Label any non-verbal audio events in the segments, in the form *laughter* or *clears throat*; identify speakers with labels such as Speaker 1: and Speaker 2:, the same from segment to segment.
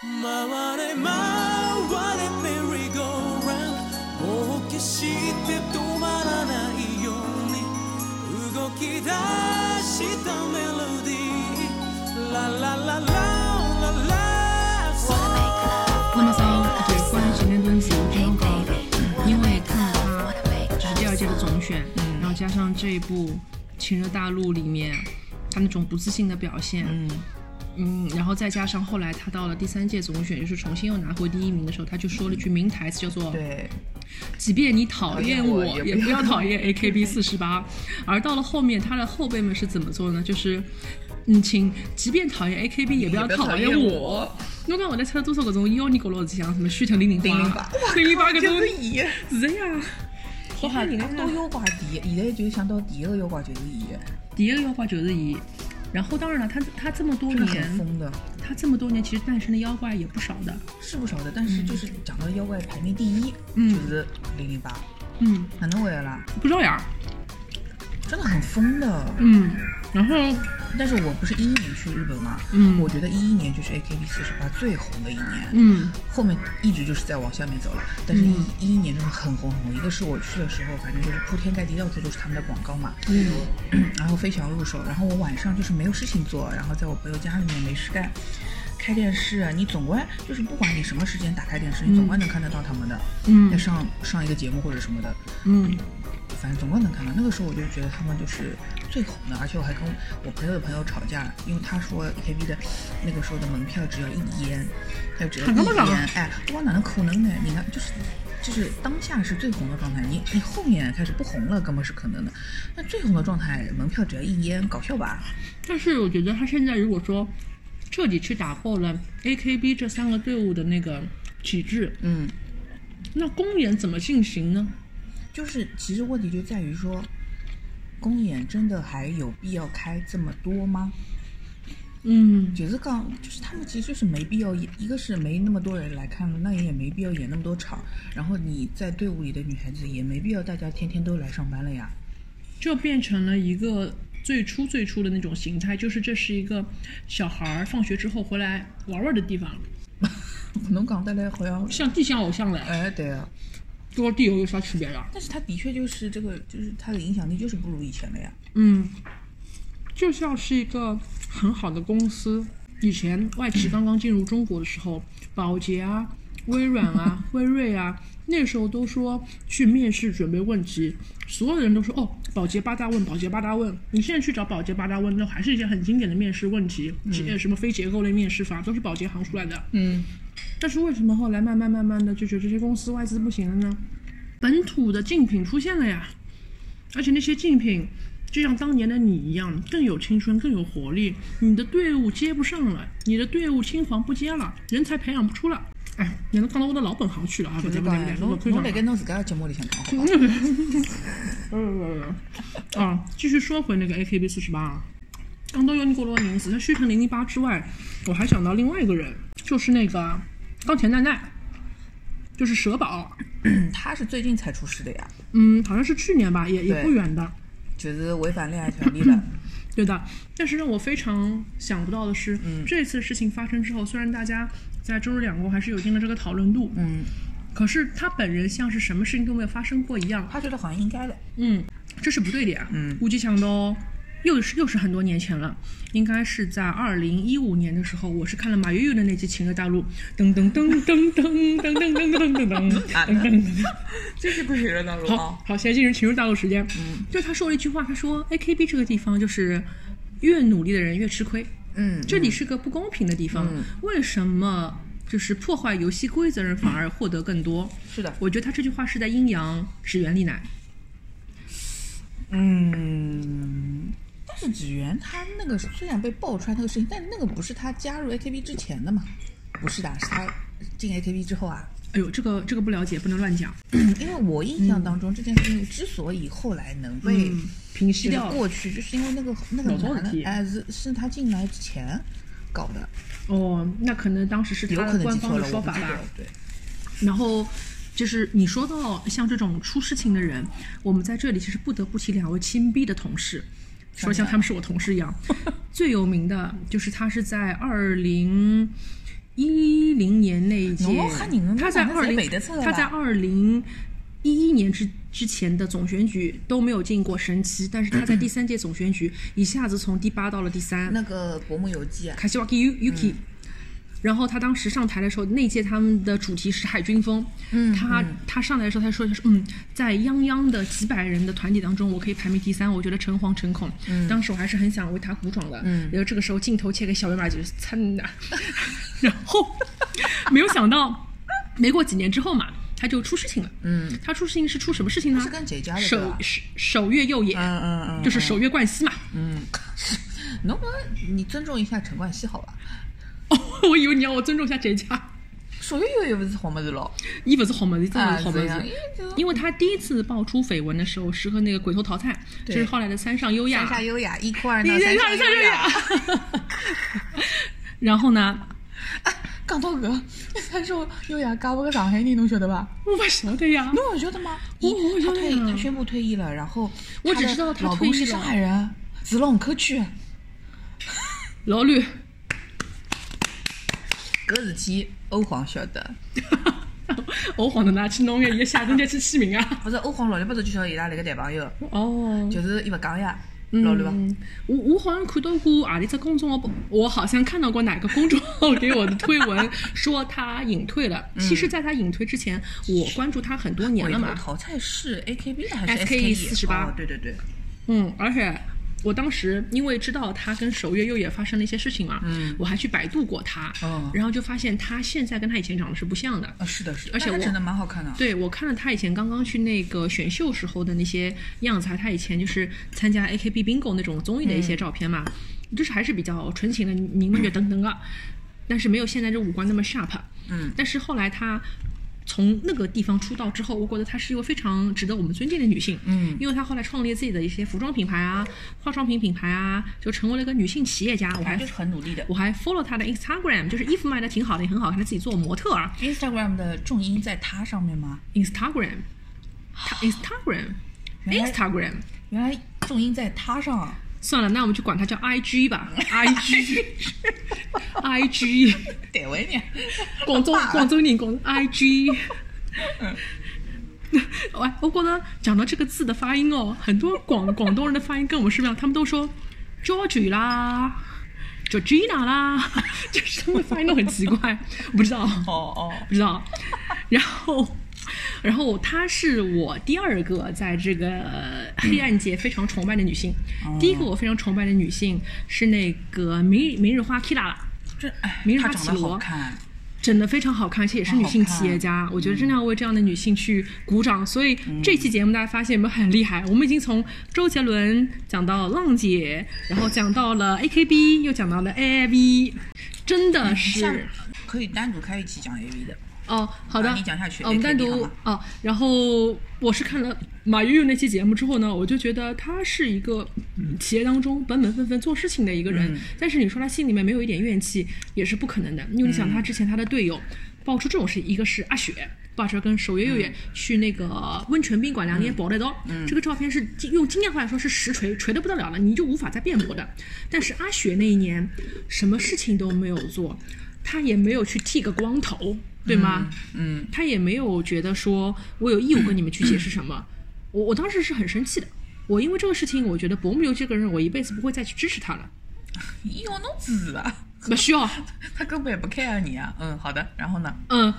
Speaker 1: 回れ回れメリーゴーランドもう決して止まらないように動き出したメロディーラララララララ
Speaker 2: 《Wanna Make Love》
Speaker 3: 对，关于前面专辑我觉得很好
Speaker 2: Hey,
Speaker 3: 的，因为看了
Speaker 2: Wanna Make
Speaker 3: 它就是第二届的总选，然后加上这一部《情热大陆》里面他那种不自信的表现，嗯然后再加上后来他到了第三届总选，就是重新又拿回第一名的时候，他就说了一句名台词，叫做
Speaker 4: 对，
Speaker 3: 即便你讨厌我，
Speaker 4: 讨厌我
Speaker 3: 也
Speaker 4: 也
Speaker 3: 不
Speaker 4: 不
Speaker 3: 要
Speaker 4: 要
Speaker 3: 讨厌 AKB 四十八。而到了后面，他的后辈们是怎么做呢？就是，嗯，请即便讨厌 AKB，也不要
Speaker 4: 也不要
Speaker 3: 讨
Speaker 4: 讨
Speaker 3: 厌
Speaker 4: 厌
Speaker 3: 我。侬讲我在猜多少搿种妖孽角落子像什么虚藤零零
Speaker 4: 零零
Speaker 3: 八
Speaker 4: 八、
Speaker 3: 零零八搿
Speaker 4: 就
Speaker 3: 种
Speaker 4: 是，伊。
Speaker 3: 是的呀，啊好吓人
Speaker 4: 伊
Speaker 3: 啊
Speaker 4: 到！妖怪第一，现在就是想到第一个妖怪就是伊，
Speaker 3: 第一个妖怪就是伊，然后当然了，他他这么多
Speaker 4: 真的很
Speaker 3: 年，
Speaker 4: 疯的，
Speaker 3: 他这么多年其实诞生的妖怪也不少的，
Speaker 4: 是不少的。但是就是讲到妖怪排名第一，
Speaker 3: 嗯
Speaker 4: 就是零零八，
Speaker 3: 嗯，
Speaker 4: 哪能会的啦？
Speaker 3: 不知道呀，
Speaker 4: 真的很疯的。
Speaker 3: 嗯，然后
Speaker 4: 但是我不是一一年去日本嘛，
Speaker 3: 嗯
Speaker 4: 我觉得一一年就是 AKB 四十八最红的一年，
Speaker 3: 嗯
Speaker 4: 后面一直就是在往下面走了。但是一一一年真的很红很红，一个是我去的时候，反正就是铺天盖地，到处都是他们的广告嘛，
Speaker 3: 嗯
Speaker 4: *clears throat* 然后非常入手。然后我晚上就是没有事情做，然后在我朋友家里面没事干，开电视，啊你总归就是不管你什么时间打开电视，你总归能看得到他们的，
Speaker 3: 嗯
Speaker 4: 在上上一个节目或者什么的，
Speaker 3: 嗯
Speaker 4: 反正总共能看到。那个时候我就觉得他们就是最红的，而且我还跟我朋友的朋友吵架，因为他说 AKB 的那个时候的门票只要一烟，他就只要
Speaker 3: 喊他们
Speaker 4: 一
Speaker 3: 干嘛
Speaker 4: 烟，哎，我讲哪能可能呢？你看就是。就是当下是最红的状态，你你后面开始不红了，根本是可能的。那最红的状态，门票只要一烟，搞笑吧？
Speaker 3: 但是我觉得他现在如果说彻底去打破了 AKB 这三个队伍的那个体制，
Speaker 4: 嗯，
Speaker 3: 那公演怎么进行呢？
Speaker 4: 就是其实问题就在于说，公演真的还有必要开这么多吗？
Speaker 3: 嗯，
Speaker 4: 就是讲，就是他们其实就是没必要演，一个是没那么多人来看了，那也没必要演那么多场。然后你在队伍里的女孩子也没必要，大家天天都来上班了呀。 *laughs*
Speaker 3: 就变成了一个最初最初的那种形态，就是这是一个小孩儿放学之后回来玩玩的地方，
Speaker 4: 侬讲得来好像，
Speaker 3: 像地下偶像了，
Speaker 4: 哎，对啊。
Speaker 3: 多地有有啥区别了？
Speaker 4: 但是他的确就是这个，就是他的影响力就是不如以前了呀。
Speaker 3: 嗯，就像是一个很好的公司。以前外企刚刚进入中国的时候，宝洁啊、微软啊、辉瑞啊，那时候都说去面试准备问题，所有人都说哦，宝洁八大问，宝洁八大问。你现在去找宝洁八大问，那还是一些很经典的面试问题，结什么非结构类面试法，都是宝洁行出来的。
Speaker 4: 嗯，
Speaker 3: 但是为什么后来慢慢慢慢的就觉得这些公司外资不行了呢？本土的竞品出现了呀，而且那些竞品就像当年的你一样，更有青春，更有活力。你的队伍接不上了，你的队伍青黄不接了，人才培养不出了。哎，你能看到我的老本行去了啊！不
Speaker 4: 就
Speaker 3: 对
Speaker 4: 是
Speaker 3: 不
Speaker 4: 讲
Speaker 3: 对不
Speaker 4: 呀
Speaker 3: 对，，
Speaker 4: 侬
Speaker 3: 我推
Speaker 4: 侬
Speaker 3: 上
Speaker 4: 辣
Speaker 3: 了
Speaker 4: 盖侬自家的节目里向讲好吧？
Speaker 3: *laughs* 嗯，啊，继续说回那个 AKB 四十八啊，刚都有你过罗的名字，那旭成零零八之外，我还想到另外一个人，就是那个冈田奈奈，就是蛇宝，
Speaker 4: 嗯他是最近才出事的呀，
Speaker 3: 嗯，好像是去年吧，也也
Speaker 4: 对
Speaker 3: 不远的，
Speaker 4: 就是违反恋爱条例了。
Speaker 3: 对的。但是让我非常想不到的是，
Speaker 4: 嗯
Speaker 3: 这次事情发生之后，虽然大家在中日两国还是有一定的这个讨论度，
Speaker 4: 嗯，
Speaker 3: 可是他本人像是什么事情都没有发生过一样，
Speaker 4: 他觉得好像应该 *laughs* 的。
Speaker 3: 嗯，这是不对的呀。
Speaker 4: 嗯
Speaker 3: 估计想到哦又是又是很多年前了，应该是在二零一五年的时候，我是看了马悠悠的那集《情热大陆》，噔噔噔噔噔噔噔噔噔噔噔噔 *laughs* 噔
Speaker 4: *laughs*
Speaker 3: 噔。
Speaker 4: 这啊是不行了，大陆
Speaker 3: 好，好，现在进入情热大陆时间。哦嗯，就他说了一句话，他说 AKB 这个地方就是越努力的人越吃亏。
Speaker 4: 嗯，
Speaker 3: 这里是个不公平的地方，为什么就是破坏游戏规则的人反而获得更多？
Speaker 4: 是的
Speaker 3: 我觉得他这句话是在阴阳指原丽乃。
Speaker 4: 嗯，但是芷源她那个虽然被爆出来那个事情，但那个不是她加入 AKB 之前的嘛？不是的，是她进 AKB 之后啊。 *clears throat*
Speaker 3: 哎呦，这个这个不了解，不能乱讲。
Speaker 4: 因为我印象当中、这件事情之所以后来能被
Speaker 3: 嗯平息
Speaker 4: 就是
Speaker 3: 掉了
Speaker 4: 过去，就是因为那个那个
Speaker 3: 老头儿
Speaker 4: 男
Speaker 3: 踢
Speaker 4: 的，哎，是是他进来之前搞的，
Speaker 3: 哦，那可能当时是
Speaker 4: 有
Speaker 3: 他
Speaker 4: 可
Speaker 3: 的
Speaker 4: 能
Speaker 3: 官
Speaker 4: 记
Speaker 3: 方
Speaker 4: 错
Speaker 3: 的
Speaker 4: 了，
Speaker 3: 说
Speaker 4: 我不
Speaker 3: 法
Speaker 4: 记
Speaker 3: 吧
Speaker 4: 得。。对，
Speaker 3: 然后就是你说到像这种出事情的人，我们在这里其实不得不提两位亲逼的同事，说 *laughs* 像他们是我同事一样。最有名的就是他是在二零一零年那一届
Speaker 4: 喏哈你们，
Speaker 3: 他在
Speaker 4: 不管
Speaker 3: 二
Speaker 4: 他在
Speaker 3: 零
Speaker 4: 北的侧，
Speaker 3: 他在
Speaker 4: 吧
Speaker 3: 二零一一年之之前的总选举都没有进过神七，但是他在第三届总选举一下子从第八到了第三。
Speaker 4: 那个《国木游记》啊，
Speaker 3: 卡西瓦基 Yuki。然后他当时上台的时候，那届他们的主题是海军风。嗯，他他上来的时候，他说他说嗯，在泱泱的几百人的团体当中，我可以排名第三，我觉得诚惶诚恐。嗯，当时我还是很想为他鼓掌的。嗯，然后这个时候镜头切给小野马就是参的， *laughs* 然后没有想到，没过几年之后嘛，他就出事情了。嗯，他出事情是出什么事情呢？
Speaker 4: 是跟谁家的对
Speaker 3: 首
Speaker 4: 吧
Speaker 3: 首首月右野，
Speaker 4: 嗯嗯嗯，
Speaker 3: 就是首月冠希嘛。
Speaker 4: *laughs* 能不能你尊重一下陈冠希好吧？
Speaker 3: *laughs* 哦，我以为你让我尊重一下谁家。
Speaker 4: 属于又又不是好么子咯，
Speaker 3: 伊不是好么子，真的
Speaker 4: 啊
Speaker 3: 是好么
Speaker 4: 这
Speaker 3: 子
Speaker 4: 样，。因为就
Speaker 3: 因为他第一次爆出绯闻的时候是和那个鬼头桃菜，就
Speaker 4: 对
Speaker 3: 是后来的三上优雅
Speaker 4: 山，下优 *laughs* 雅一哭二
Speaker 3: 你
Speaker 4: 闹
Speaker 3: 你
Speaker 4: 三
Speaker 3: 看
Speaker 4: 上
Speaker 3: 三
Speaker 4: 优雅，
Speaker 3: 上
Speaker 4: *laughs*
Speaker 3: 优雅。 *laughs* 然后呢，
Speaker 4: 讲到搿，三上优雅嫁勿个上海人，侬晓得伐？
Speaker 3: 我不晓得呀，
Speaker 4: 侬勿晓得嗯吗？
Speaker 3: 我
Speaker 4: 伊
Speaker 3: 我晓
Speaker 4: 他
Speaker 3: 得
Speaker 4: 退，
Speaker 3: 呀
Speaker 4: 他宣布退役了，然后
Speaker 3: 我只
Speaker 4: 她的
Speaker 3: 知道她
Speaker 4: 老
Speaker 3: 退
Speaker 4: 公
Speaker 3: 役
Speaker 4: 是
Speaker 3: 了
Speaker 4: 上海人，住了虹口区。
Speaker 3: 老吕，
Speaker 4: 搿事体欧皇晓得，
Speaker 3: 我晃的哪去弄个伊个下蹲再去签名啊？
Speaker 4: 勿是欧皇老里八早就晓得伊拉辣个男朋友，
Speaker 3: 哦，
Speaker 4: 就是伊勿讲呀，老里伐？
Speaker 3: 嗯， *laughs* 我我好像看到过啊里只公众号，我好像看到过哪个公众号给我的推文说他隐退
Speaker 4: *laughs*
Speaker 3: 了。
Speaker 4: 嗯
Speaker 3: 其实，在他隐退之前，我关注他很多年
Speaker 4: 鬼
Speaker 3: 了
Speaker 4: 头
Speaker 3: 嘛。
Speaker 4: 淘汰是 AKB 的还是
Speaker 3: SKE
Speaker 4: SKE
Speaker 3: 48
Speaker 4: 哦对对对，
Speaker 3: 嗯，而且我当时因为知道他跟守月右也发生了一些事情嘛，嗯，我还去百度过他，
Speaker 4: 哦
Speaker 3: 然后就发现他现在跟他以前长得是不像的。
Speaker 4: 啊是的是的，
Speaker 3: 而且
Speaker 4: 但
Speaker 3: 我
Speaker 4: 她长得蛮好看的。
Speaker 3: 对，我看了他以前刚刚去那个选秀时候的那些样子，还有他以前就是参加 AKB Bingo 那种综艺的一些照片
Speaker 4: 嗯
Speaker 3: 嘛，就是还是比较纯情的，明明就等等啊，但是没有现在这五官那么 sharp。啊
Speaker 4: 嗯，
Speaker 3: 但是后来她从那个地方出道之后，我觉得她是一个非常值得我们尊敬的女性。
Speaker 4: 嗯，
Speaker 3: 因为她后来创立自己的一些服装品牌啊、化妆品品牌啊，就成为了一个女性企业家。我
Speaker 4: 反
Speaker 3: 还
Speaker 4: 正就是很努力的
Speaker 3: 我。还 follow 她的 Instagram，就是衣服卖的挺好的，也很好看，她自己做模特啊儿。
Speaker 4: Instagram 的重音在她上面吗？
Speaker 3: Instagram，她 Instagram。
Speaker 4: 啊原来
Speaker 3: Instagram，
Speaker 4: 原来重音在她上啊。
Speaker 3: 算了，那我们就管它叫 IG
Speaker 4: *laughs*
Speaker 3: 吧，IG，IG，
Speaker 4: 对位呢？
Speaker 3: *laughs* 广州
Speaker 4: 爸
Speaker 3: 广州人讲 IG。我我觉得讲到这个字的发音哦，很多广 *laughs* 广东人的发音跟我们是不一样，他们都说 Georgie 啦，Georgina 啦， *laughs* 就是他们的发音都很奇怪，我不知道。
Speaker 4: *laughs* 哦哦，
Speaker 3: 不知道。然后，然后她是我第二个在这个呃黑暗界非常崇拜的女性。第一个我非常崇拜的女性是那个明明日花 Kira，
Speaker 4: 这哎，
Speaker 3: 明日
Speaker 4: 她
Speaker 3: 花
Speaker 4: 长
Speaker 3: 绮
Speaker 4: 得好
Speaker 3: 罗
Speaker 4: 看，
Speaker 3: 真的非常好看，而且也是女性企业家。我觉得真的要为这样的女性去鼓掌。所以这期节目大家发现有没有很厉害？我们已经从周杰伦讲到浪姐，然后讲到了 AKB，又讲到了 AIB，真的是。
Speaker 4: 下次可以单独开一期讲 AV 的。
Speaker 3: 哦，好的，
Speaker 4: 啊你讲下去
Speaker 3: 哦我们
Speaker 4: AKB
Speaker 3: 单
Speaker 4: 好
Speaker 3: 独
Speaker 4: 吗
Speaker 3: 哦，然后我是看了马悠悠那期节目之后呢，我就觉得她是一个嗯企业当中本本分分做事情的一个
Speaker 4: 嗯
Speaker 3: 人，但是你说她心里面没有一点怨气也是不可能的，因为你
Speaker 4: 嗯
Speaker 3: 想她之前她的队友爆出这种事，一个是阿雪。爆出来跟守约
Speaker 4: 嗯
Speaker 3: 右也去那个温泉宾馆两天跑了一刀，这个照片是用今天话来说是实锤，锤的不得了了，你就无法再辩驳的。但是阿雪那一年什么事情都没有做，她也没有去剃个光头，对吗？
Speaker 4: 嗯，
Speaker 3: 他也没有觉得说我有义务跟你们去解释什
Speaker 4: 嗯
Speaker 3: 么。我我当时是很生气的，我因为这个事情，我觉得伯母流这个人，我一辈子不会再去支持他
Speaker 4: *laughs*
Speaker 3: 了，
Speaker 4: 要侬支持啊？
Speaker 3: 不需要。
Speaker 4: 他根本也不 care 你啊。嗯，好的。然后呢？
Speaker 3: 嗯，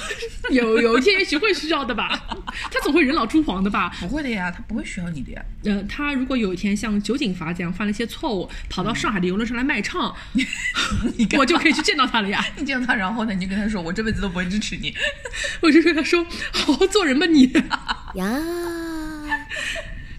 Speaker 3: *laughs* 有有一天也许会需要的吧， *laughs* 他总会人老珠黄的吧。
Speaker 4: 不会的呀，他不会需要你的呀。 *laughs*
Speaker 3: 呃，他如果有一天像酒井法这样犯了一些错误，跑到上海的游轮上来卖唱，
Speaker 4: *laughs* 你干
Speaker 3: 我就可以去见到他了呀。
Speaker 4: 你见到他，然后呢，你就跟他说，我这辈子都不会支持你。
Speaker 3: 我就跟他说：“ *laughs* 好好做人吧你。”
Speaker 2: 呀，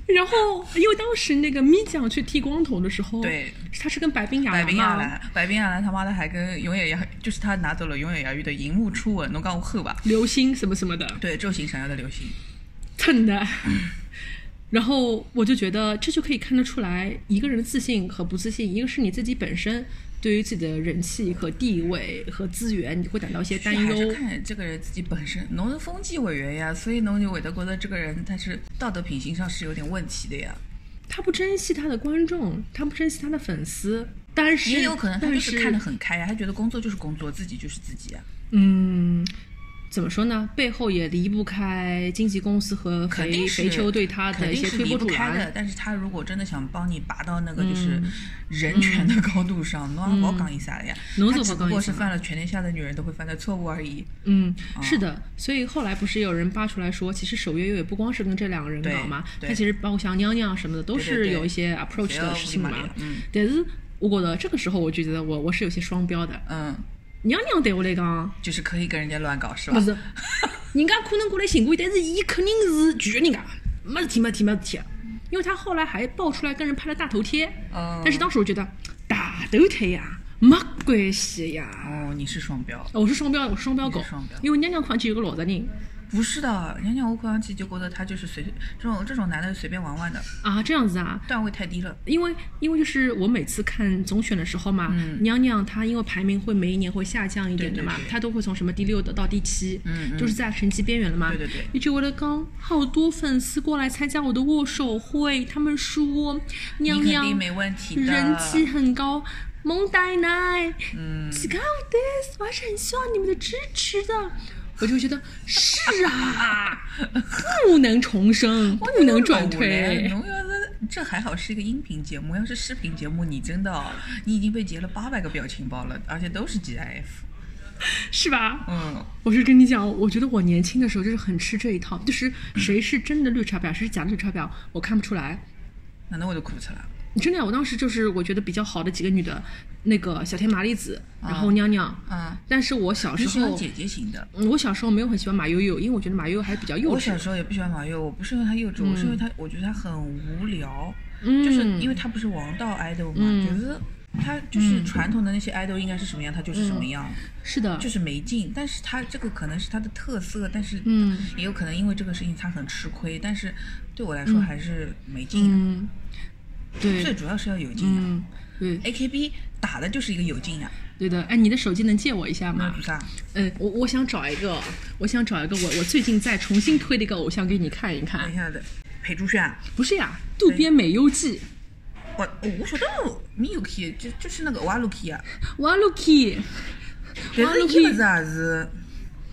Speaker 3: 然后因为当时那个咪酱去剃光头的时候，
Speaker 4: 对，
Speaker 3: 他是跟白冰雅
Speaker 4: 白冰亚
Speaker 3: 嘛
Speaker 4: 兰，白冰亚兰他妈的还跟永野洋，就是他拿走了永野洋裕的荧幕初吻，侬讲我后吧？
Speaker 3: 流星什么什么的，
Speaker 4: 对，周行闪耀的流星，
Speaker 3: 蹭的。
Speaker 4: 嗯
Speaker 3: 然后我就觉得，这就可以看得出来一个人的自信和不自信，一个是你自己本身对于自己的人气和地位和资源，你会感到一些担
Speaker 4: 还是
Speaker 3: 忧。
Speaker 4: 看这个人自己本身。侬是风纪委员呀，所以侬就会得觉得这个人他是道德品行上是有点问题的呀。
Speaker 3: 他不珍惜他的观众，他不珍惜他的粉丝，但是
Speaker 4: 也有可能他
Speaker 3: 但
Speaker 4: 就是看得很开啊，他觉得工作就是工作，自己就是自己啊。
Speaker 3: 嗯，怎么说呢？背后也离不开经纪公司和
Speaker 4: 肯
Speaker 3: 肥
Speaker 4: 定是
Speaker 3: 肥秋对他的
Speaker 4: 肯
Speaker 3: 一
Speaker 4: 定
Speaker 3: 些
Speaker 4: 是
Speaker 3: 推
Speaker 4: 离
Speaker 3: 波
Speaker 4: 不
Speaker 3: 助
Speaker 4: 开
Speaker 3: 澜嗯
Speaker 4: 的。。但是他如果真的想帮你拔到那个就是人权的高度上，侬也勿好讲伊啥了呀。
Speaker 3: 侬
Speaker 4: 他
Speaker 3: 是
Speaker 4: 只
Speaker 3: 勿
Speaker 4: 不
Speaker 3: 讲伊
Speaker 4: 过是
Speaker 3: 啥
Speaker 4: 犯了全天下的女人都会犯的错误而已。
Speaker 3: 嗯，是的。所以后来不是有人扒出来说，其实守月月也不光是跟这两个人搞嘛，
Speaker 4: 对对
Speaker 3: 他其实包括像娘娘什么的，都
Speaker 4: 对对
Speaker 3: 是
Speaker 4: 对
Speaker 3: 有一些 approach
Speaker 4: 谁要
Speaker 3: 的事情嘛
Speaker 4: 乌里麻里。嗯
Speaker 3: 但是我觉得这个时候，我就觉得我我是有些双标的。
Speaker 4: 嗯，
Speaker 3: 娘娘对我来讲，
Speaker 4: 就是可以跟人家乱搞是吧
Speaker 3: 不？
Speaker 4: *laughs*
Speaker 3: 是，人家可能过来寻过伊，但是伊肯定是拒绝人家，没事体，没事体，没事体。因为他后来还爆出来跟人拍了大头贴，
Speaker 4: 嗯
Speaker 3: 但是当时我觉得大头贴呀，没关系呀。
Speaker 4: 哦，你是双标。
Speaker 3: 我是双标，我是双标狗
Speaker 4: 你是双标，
Speaker 3: 因为娘娘看见有个老实人
Speaker 4: 不是的，娘娘我看上去就觉得他就是随这种这种男的随便玩玩的，
Speaker 3: 啊，这样子啊，
Speaker 4: 段位太低了。
Speaker 3: 因为因为就是我每次看总选的时候嘛，娘娘她因为排名会每一年会下降一点的嘛，
Speaker 4: 嗯对对对
Speaker 3: 她都会从什么第六的到第七，
Speaker 4: 嗯嗯
Speaker 3: 就是在成绩边缘了嘛。
Speaker 4: 对对对
Speaker 3: 一直为了刚好多粉丝过来参加我的握手会，他们说娘
Speaker 4: 你肯
Speaker 3: 娘
Speaker 4: 定没问题的。
Speaker 3: 人气很高。蒙奶奶，嗯，几个 this，我还是很希望你们的支持的。我就觉
Speaker 4: *laughs*
Speaker 3: 得是啊，不能重生，不能转退。
Speaker 4: 侬要是这还好是一个音频节目，要是视频节目，你真的哦、你已经被截了八百个表情包了，而且都是 GIF。
Speaker 3: 是吧？
Speaker 4: 嗯，
Speaker 3: 我是跟你讲，我觉得我年轻的时候就是很吃这一套，就是谁是真的绿茶婊，谁是假的绿茶婊，我看不出来。
Speaker 4: 那那我就哭出来了。
Speaker 3: 真的，我当时就是我觉得比较好的几个女的，那个小田麻里子，然后娘娘。
Speaker 4: 嗯，
Speaker 3: 但是我小
Speaker 4: 啊你
Speaker 3: 时
Speaker 4: 喜欢
Speaker 3: 候，
Speaker 4: 姐姐型的。
Speaker 3: 嗯我小时候没有很喜欢马悠悠，因为我觉得马悠悠还比较幼
Speaker 4: 我小
Speaker 3: 稚。
Speaker 4: 时候也不喜欢马月，我不是因为她幼稚，我是因为她，我觉得她很无聊，
Speaker 3: 嗯
Speaker 4: 就是因为她不是王道 idol 嘛，就是她就是
Speaker 3: 嗯
Speaker 4: 传统的那些 idol 应该是什么样，她就是什么样。
Speaker 3: 是的，
Speaker 4: 就是没劲，但是他这个可能是他的特色，但是
Speaker 3: 嗯
Speaker 4: 也有可能因为这个事情他很吃亏，但是对我来说还是没劲啊、
Speaker 3: 嗯，
Speaker 4: 最
Speaker 3: 对，
Speaker 4: 主要是要有劲啊、
Speaker 3: 嗯，对，
Speaker 4: a k b 打的就是一个有劲啊，
Speaker 3: 对的。哎，你的手机能借我一下
Speaker 4: 那
Speaker 3: 吗？
Speaker 4: 不啥？
Speaker 3: 嗯，我我想找一个，我想找一个我我最近在重新推的一个偶像给你看一
Speaker 4: 等
Speaker 3: 看
Speaker 4: 一。下的，裴珠炫，
Speaker 3: 不是呀，渡边美优记。
Speaker 4: 我我我晓得米有 k 就就是那个瓦鲁 k 啊，
Speaker 3: 哇 l u k
Speaker 4: 但
Speaker 3: 瓦
Speaker 4: 是
Speaker 3: 鲁 k
Speaker 4: 伊不是也是，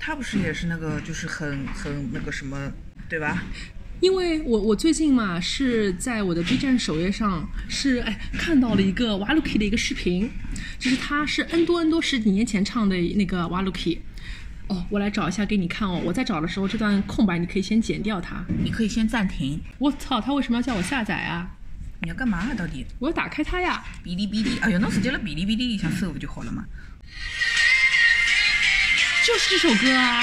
Speaker 4: 他不是也是那个就是很很那个什么，对吧？
Speaker 3: 因为我我最近嘛是在我的 B 站首页上是哎看到了一个瓦 l u k 的一个视频，就是他是 N 多 N 多十几年前唱的那个瓦 l u k 哦，我来找一下给你看哦。我在找的时候，这段空白你可以先剪掉它。
Speaker 4: 你可以先暂停，
Speaker 3: 我操，他为什么要叫我下载啊？
Speaker 4: 你要干嘛啊？到底？
Speaker 3: 我要打开它呀！
Speaker 4: 哔哩哔哩，哎呀，侬直接了哔哩哔哩里向搜不就好了嘛？
Speaker 3: 就是这首歌啊，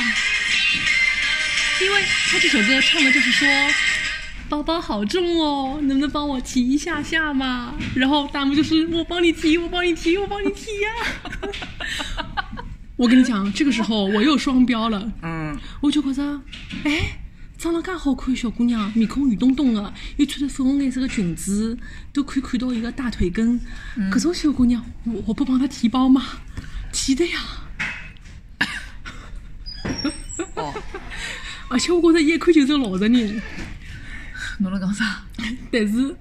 Speaker 3: 因为他这首歌唱的就是说，包包好重哦，能不能帮我提一下下嘛？然后弹幕就是我帮你提，我帮你提，我帮你提呀、 *laughs* 我跟你讲，这个时候我又双标了，
Speaker 4: 嗯。
Speaker 3: 我就觉着，哎，长得介好看的小姑娘，面孔圆咚咚的，啊又穿着粉红颜色的裙子，都可以看到伊个大腿根。搿、种小姑娘，我我不帮她提包吗？提的呀。
Speaker 4: 哦，
Speaker 3: 而且我觉着一看就是个老实人，
Speaker 4: 侬辣讲啥？
Speaker 3: 但是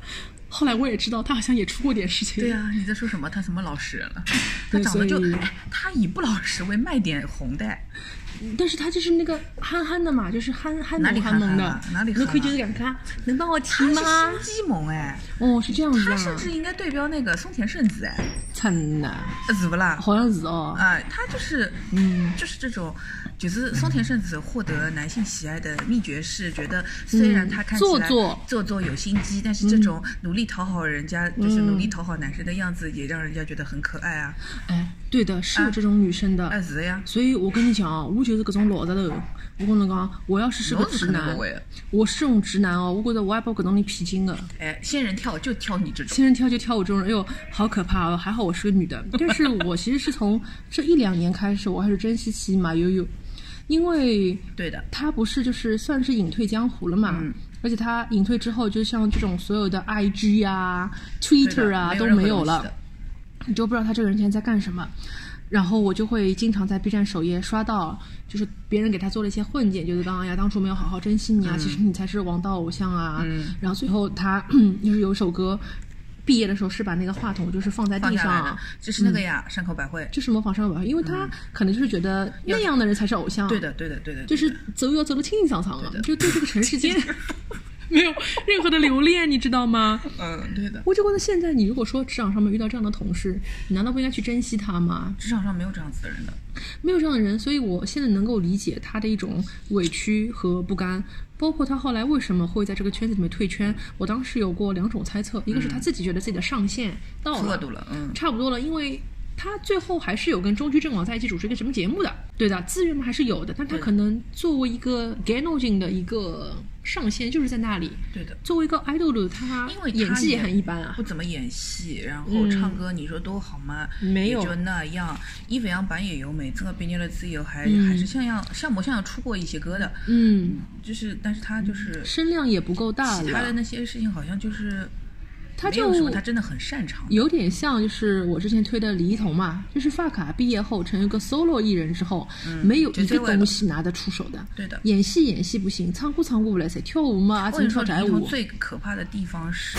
Speaker 3: 后来我也知道他好像也出过点事情。
Speaker 4: 对呀、啊你在说什么？他什么老实人了？他
Speaker 3: 对
Speaker 4: 长得就
Speaker 3: 所以，
Speaker 4: 哎，他以不老实为卖点红的，
Speaker 3: 但是他就是那个憨憨的嘛，就是憨憨
Speaker 4: 哪里
Speaker 3: 萌
Speaker 4: 憨
Speaker 3: 萌
Speaker 4: 憨
Speaker 3: 的
Speaker 4: 啊，哪里憨啊
Speaker 3: 那可以就是两咖，能帮我提
Speaker 4: 他
Speaker 3: 吗？
Speaker 4: 是心机萌哎，
Speaker 3: 哦，是这样子
Speaker 4: 他甚
Speaker 3: 啊，
Speaker 4: 至应该对标那个松田圣子哎，
Speaker 3: 真的，
Speaker 4: 呃是不啦？
Speaker 3: 好像是哦。
Speaker 4: 啊，他就是，嗯，就是这种，就是松田圣子获得男性喜爱的秘诀是，觉得虽然他看起
Speaker 3: 嗯
Speaker 4: 来
Speaker 3: 做作嗯
Speaker 4: 做作有心机，但是这种努力讨好人家，就是努力讨好男生的样子，也让人家觉得很可爱啊，
Speaker 3: 哎，对的，是有这种女生的。
Speaker 4: 啊是的呀，
Speaker 3: 所以我跟你讲啊，我就是搿种老实头。我跟侬讲，我要是是个
Speaker 4: 侬是
Speaker 3: 直
Speaker 4: 可能
Speaker 3: 男
Speaker 4: 不会，
Speaker 3: 我是这种直男哦，我觉着我也把搿种人骗进的。
Speaker 4: 哎，仙人跳就跳你这种。
Speaker 3: 仙人跳就跳舞这种人，哎呦，好可怕哦！还好我是个女
Speaker 4: *laughs*
Speaker 3: 的，但是我其实是从 *laughs* 这一两年开始，我开始珍惜起马悠悠，因为
Speaker 4: 对的，
Speaker 3: 她不是就是算是隐退江湖了嘛。
Speaker 4: 嗯
Speaker 3: 而且她隐退之后，就像这种所有的 IG 啊、Twitter 啊
Speaker 4: 对
Speaker 3: 都
Speaker 4: 的没
Speaker 3: 没有
Speaker 4: 有任何东西
Speaker 3: 了
Speaker 4: 的，
Speaker 3: 你就不知道她这个人现在在干什么。然后我就会经常在 B 站首页刷到，就是别人给她做了一些混剪，就是刚刚呀，当初没有好好珍 *clears throat*
Speaker 4: 嗯
Speaker 3: 惜你啊，其实你才是王道偶像啊。然后最后她就是有一首歌毕业的时候是把那个话筒就是放在
Speaker 4: 放
Speaker 3: 地
Speaker 4: 下来
Speaker 3: 上嗯
Speaker 4: 的，，就是那个呀，山口百惠。
Speaker 3: 就是模仿上吧，因为他可能就是觉得那样的人才是偶像，
Speaker 4: 对，的，对的，对的，
Speaker 3: 就是走要走的清清爽爽
Speaker 4: 对
Speaker 3: 的，
Speaker 4: 的
Speaker 3: 就对这个尘世间
Speaker 4: *laughs*
Speaker 3: 没有任何的留恋，你知道吗？
Speaker 4: 嗯，对的。
Speaker 3: 我就觉得现在你如果说职场上面遇到这样的同事，你难道不应该去珍惜他吗？
Speaker 4: 职场上没有这样子的人的，
Speaker 3: 没有这样的人，所以我现在能够理解他的一种委屈和不甘，包括他后来为什么会在这个圈子里面退圈。我当时有过两种猜测，一个是他自己觉得自己的上限到
Speaker 4: 饿
Speaker 3: 了，
Speaker 4: 度了，嗯，
Speaker 3: 差不多了，因为。他最后还是有跟中居正广在一起主持一个什么节目的，对的，资源嘛还是有的，但他可能作为一个 Gano 镜的一个上限就是在那里，
Speaker 4: 对的。
Speaker 3: 作为一个 idol，他
Speaker 4: 因为
Speaker 3: 演
Speaker 4: 他
Speaker 3: 技也很一般啊
Speaker 4: 不，怎么演戏，然后
Speaker 3: 嗯
Speaker 4: 唱歌，你说多好吗？
Speaker 3: 没有
Speaker 4: 也就那样。伊凡样板也有美，这个毕业了之后还、
Speaker 3: 嗯
Speaker 4: 还是像样像模像样出过一些歌的，
Speaker 3: 嗯，
Speaker 4: 就是但是他就是
Speaker 3: 声量也不够大
Speaker 4: 其他的
Speaker 3: 了，
Speaker 4: 那些事情好像就是
Speaker 3: 他
Speaker 4: 没
Speaker 3: 就
Speaker 4: 有什么，他真的很擅长的。
Speaker 3: 有点像就是我之前推的李一桐嘛，就是发卡毕业后成一个 solo 艺人之后，没有
Speaker 4: 绝
Speaker 3: 一
Speaker 4: 对
Speaker 3: 个
Speaker 4: 为了
Speaker 3: 东西拿得出手的。
Speaker 4: 对的
Speaker 3: 演戏演戏不行，唱歌唱歌不来噻，跳舞嘛也
Speaker 4: 我
Speaker 3: 只
Speaker 4: 跟
Speaker 3: 能
Speaker 4: 你说，
Speaker 3: 跳
Speaker 4: 李
Speaker 3: 宅
Speaker 4: 一桐
Speaker 3: 舞。
Speaker 4: 最可怕的地方是，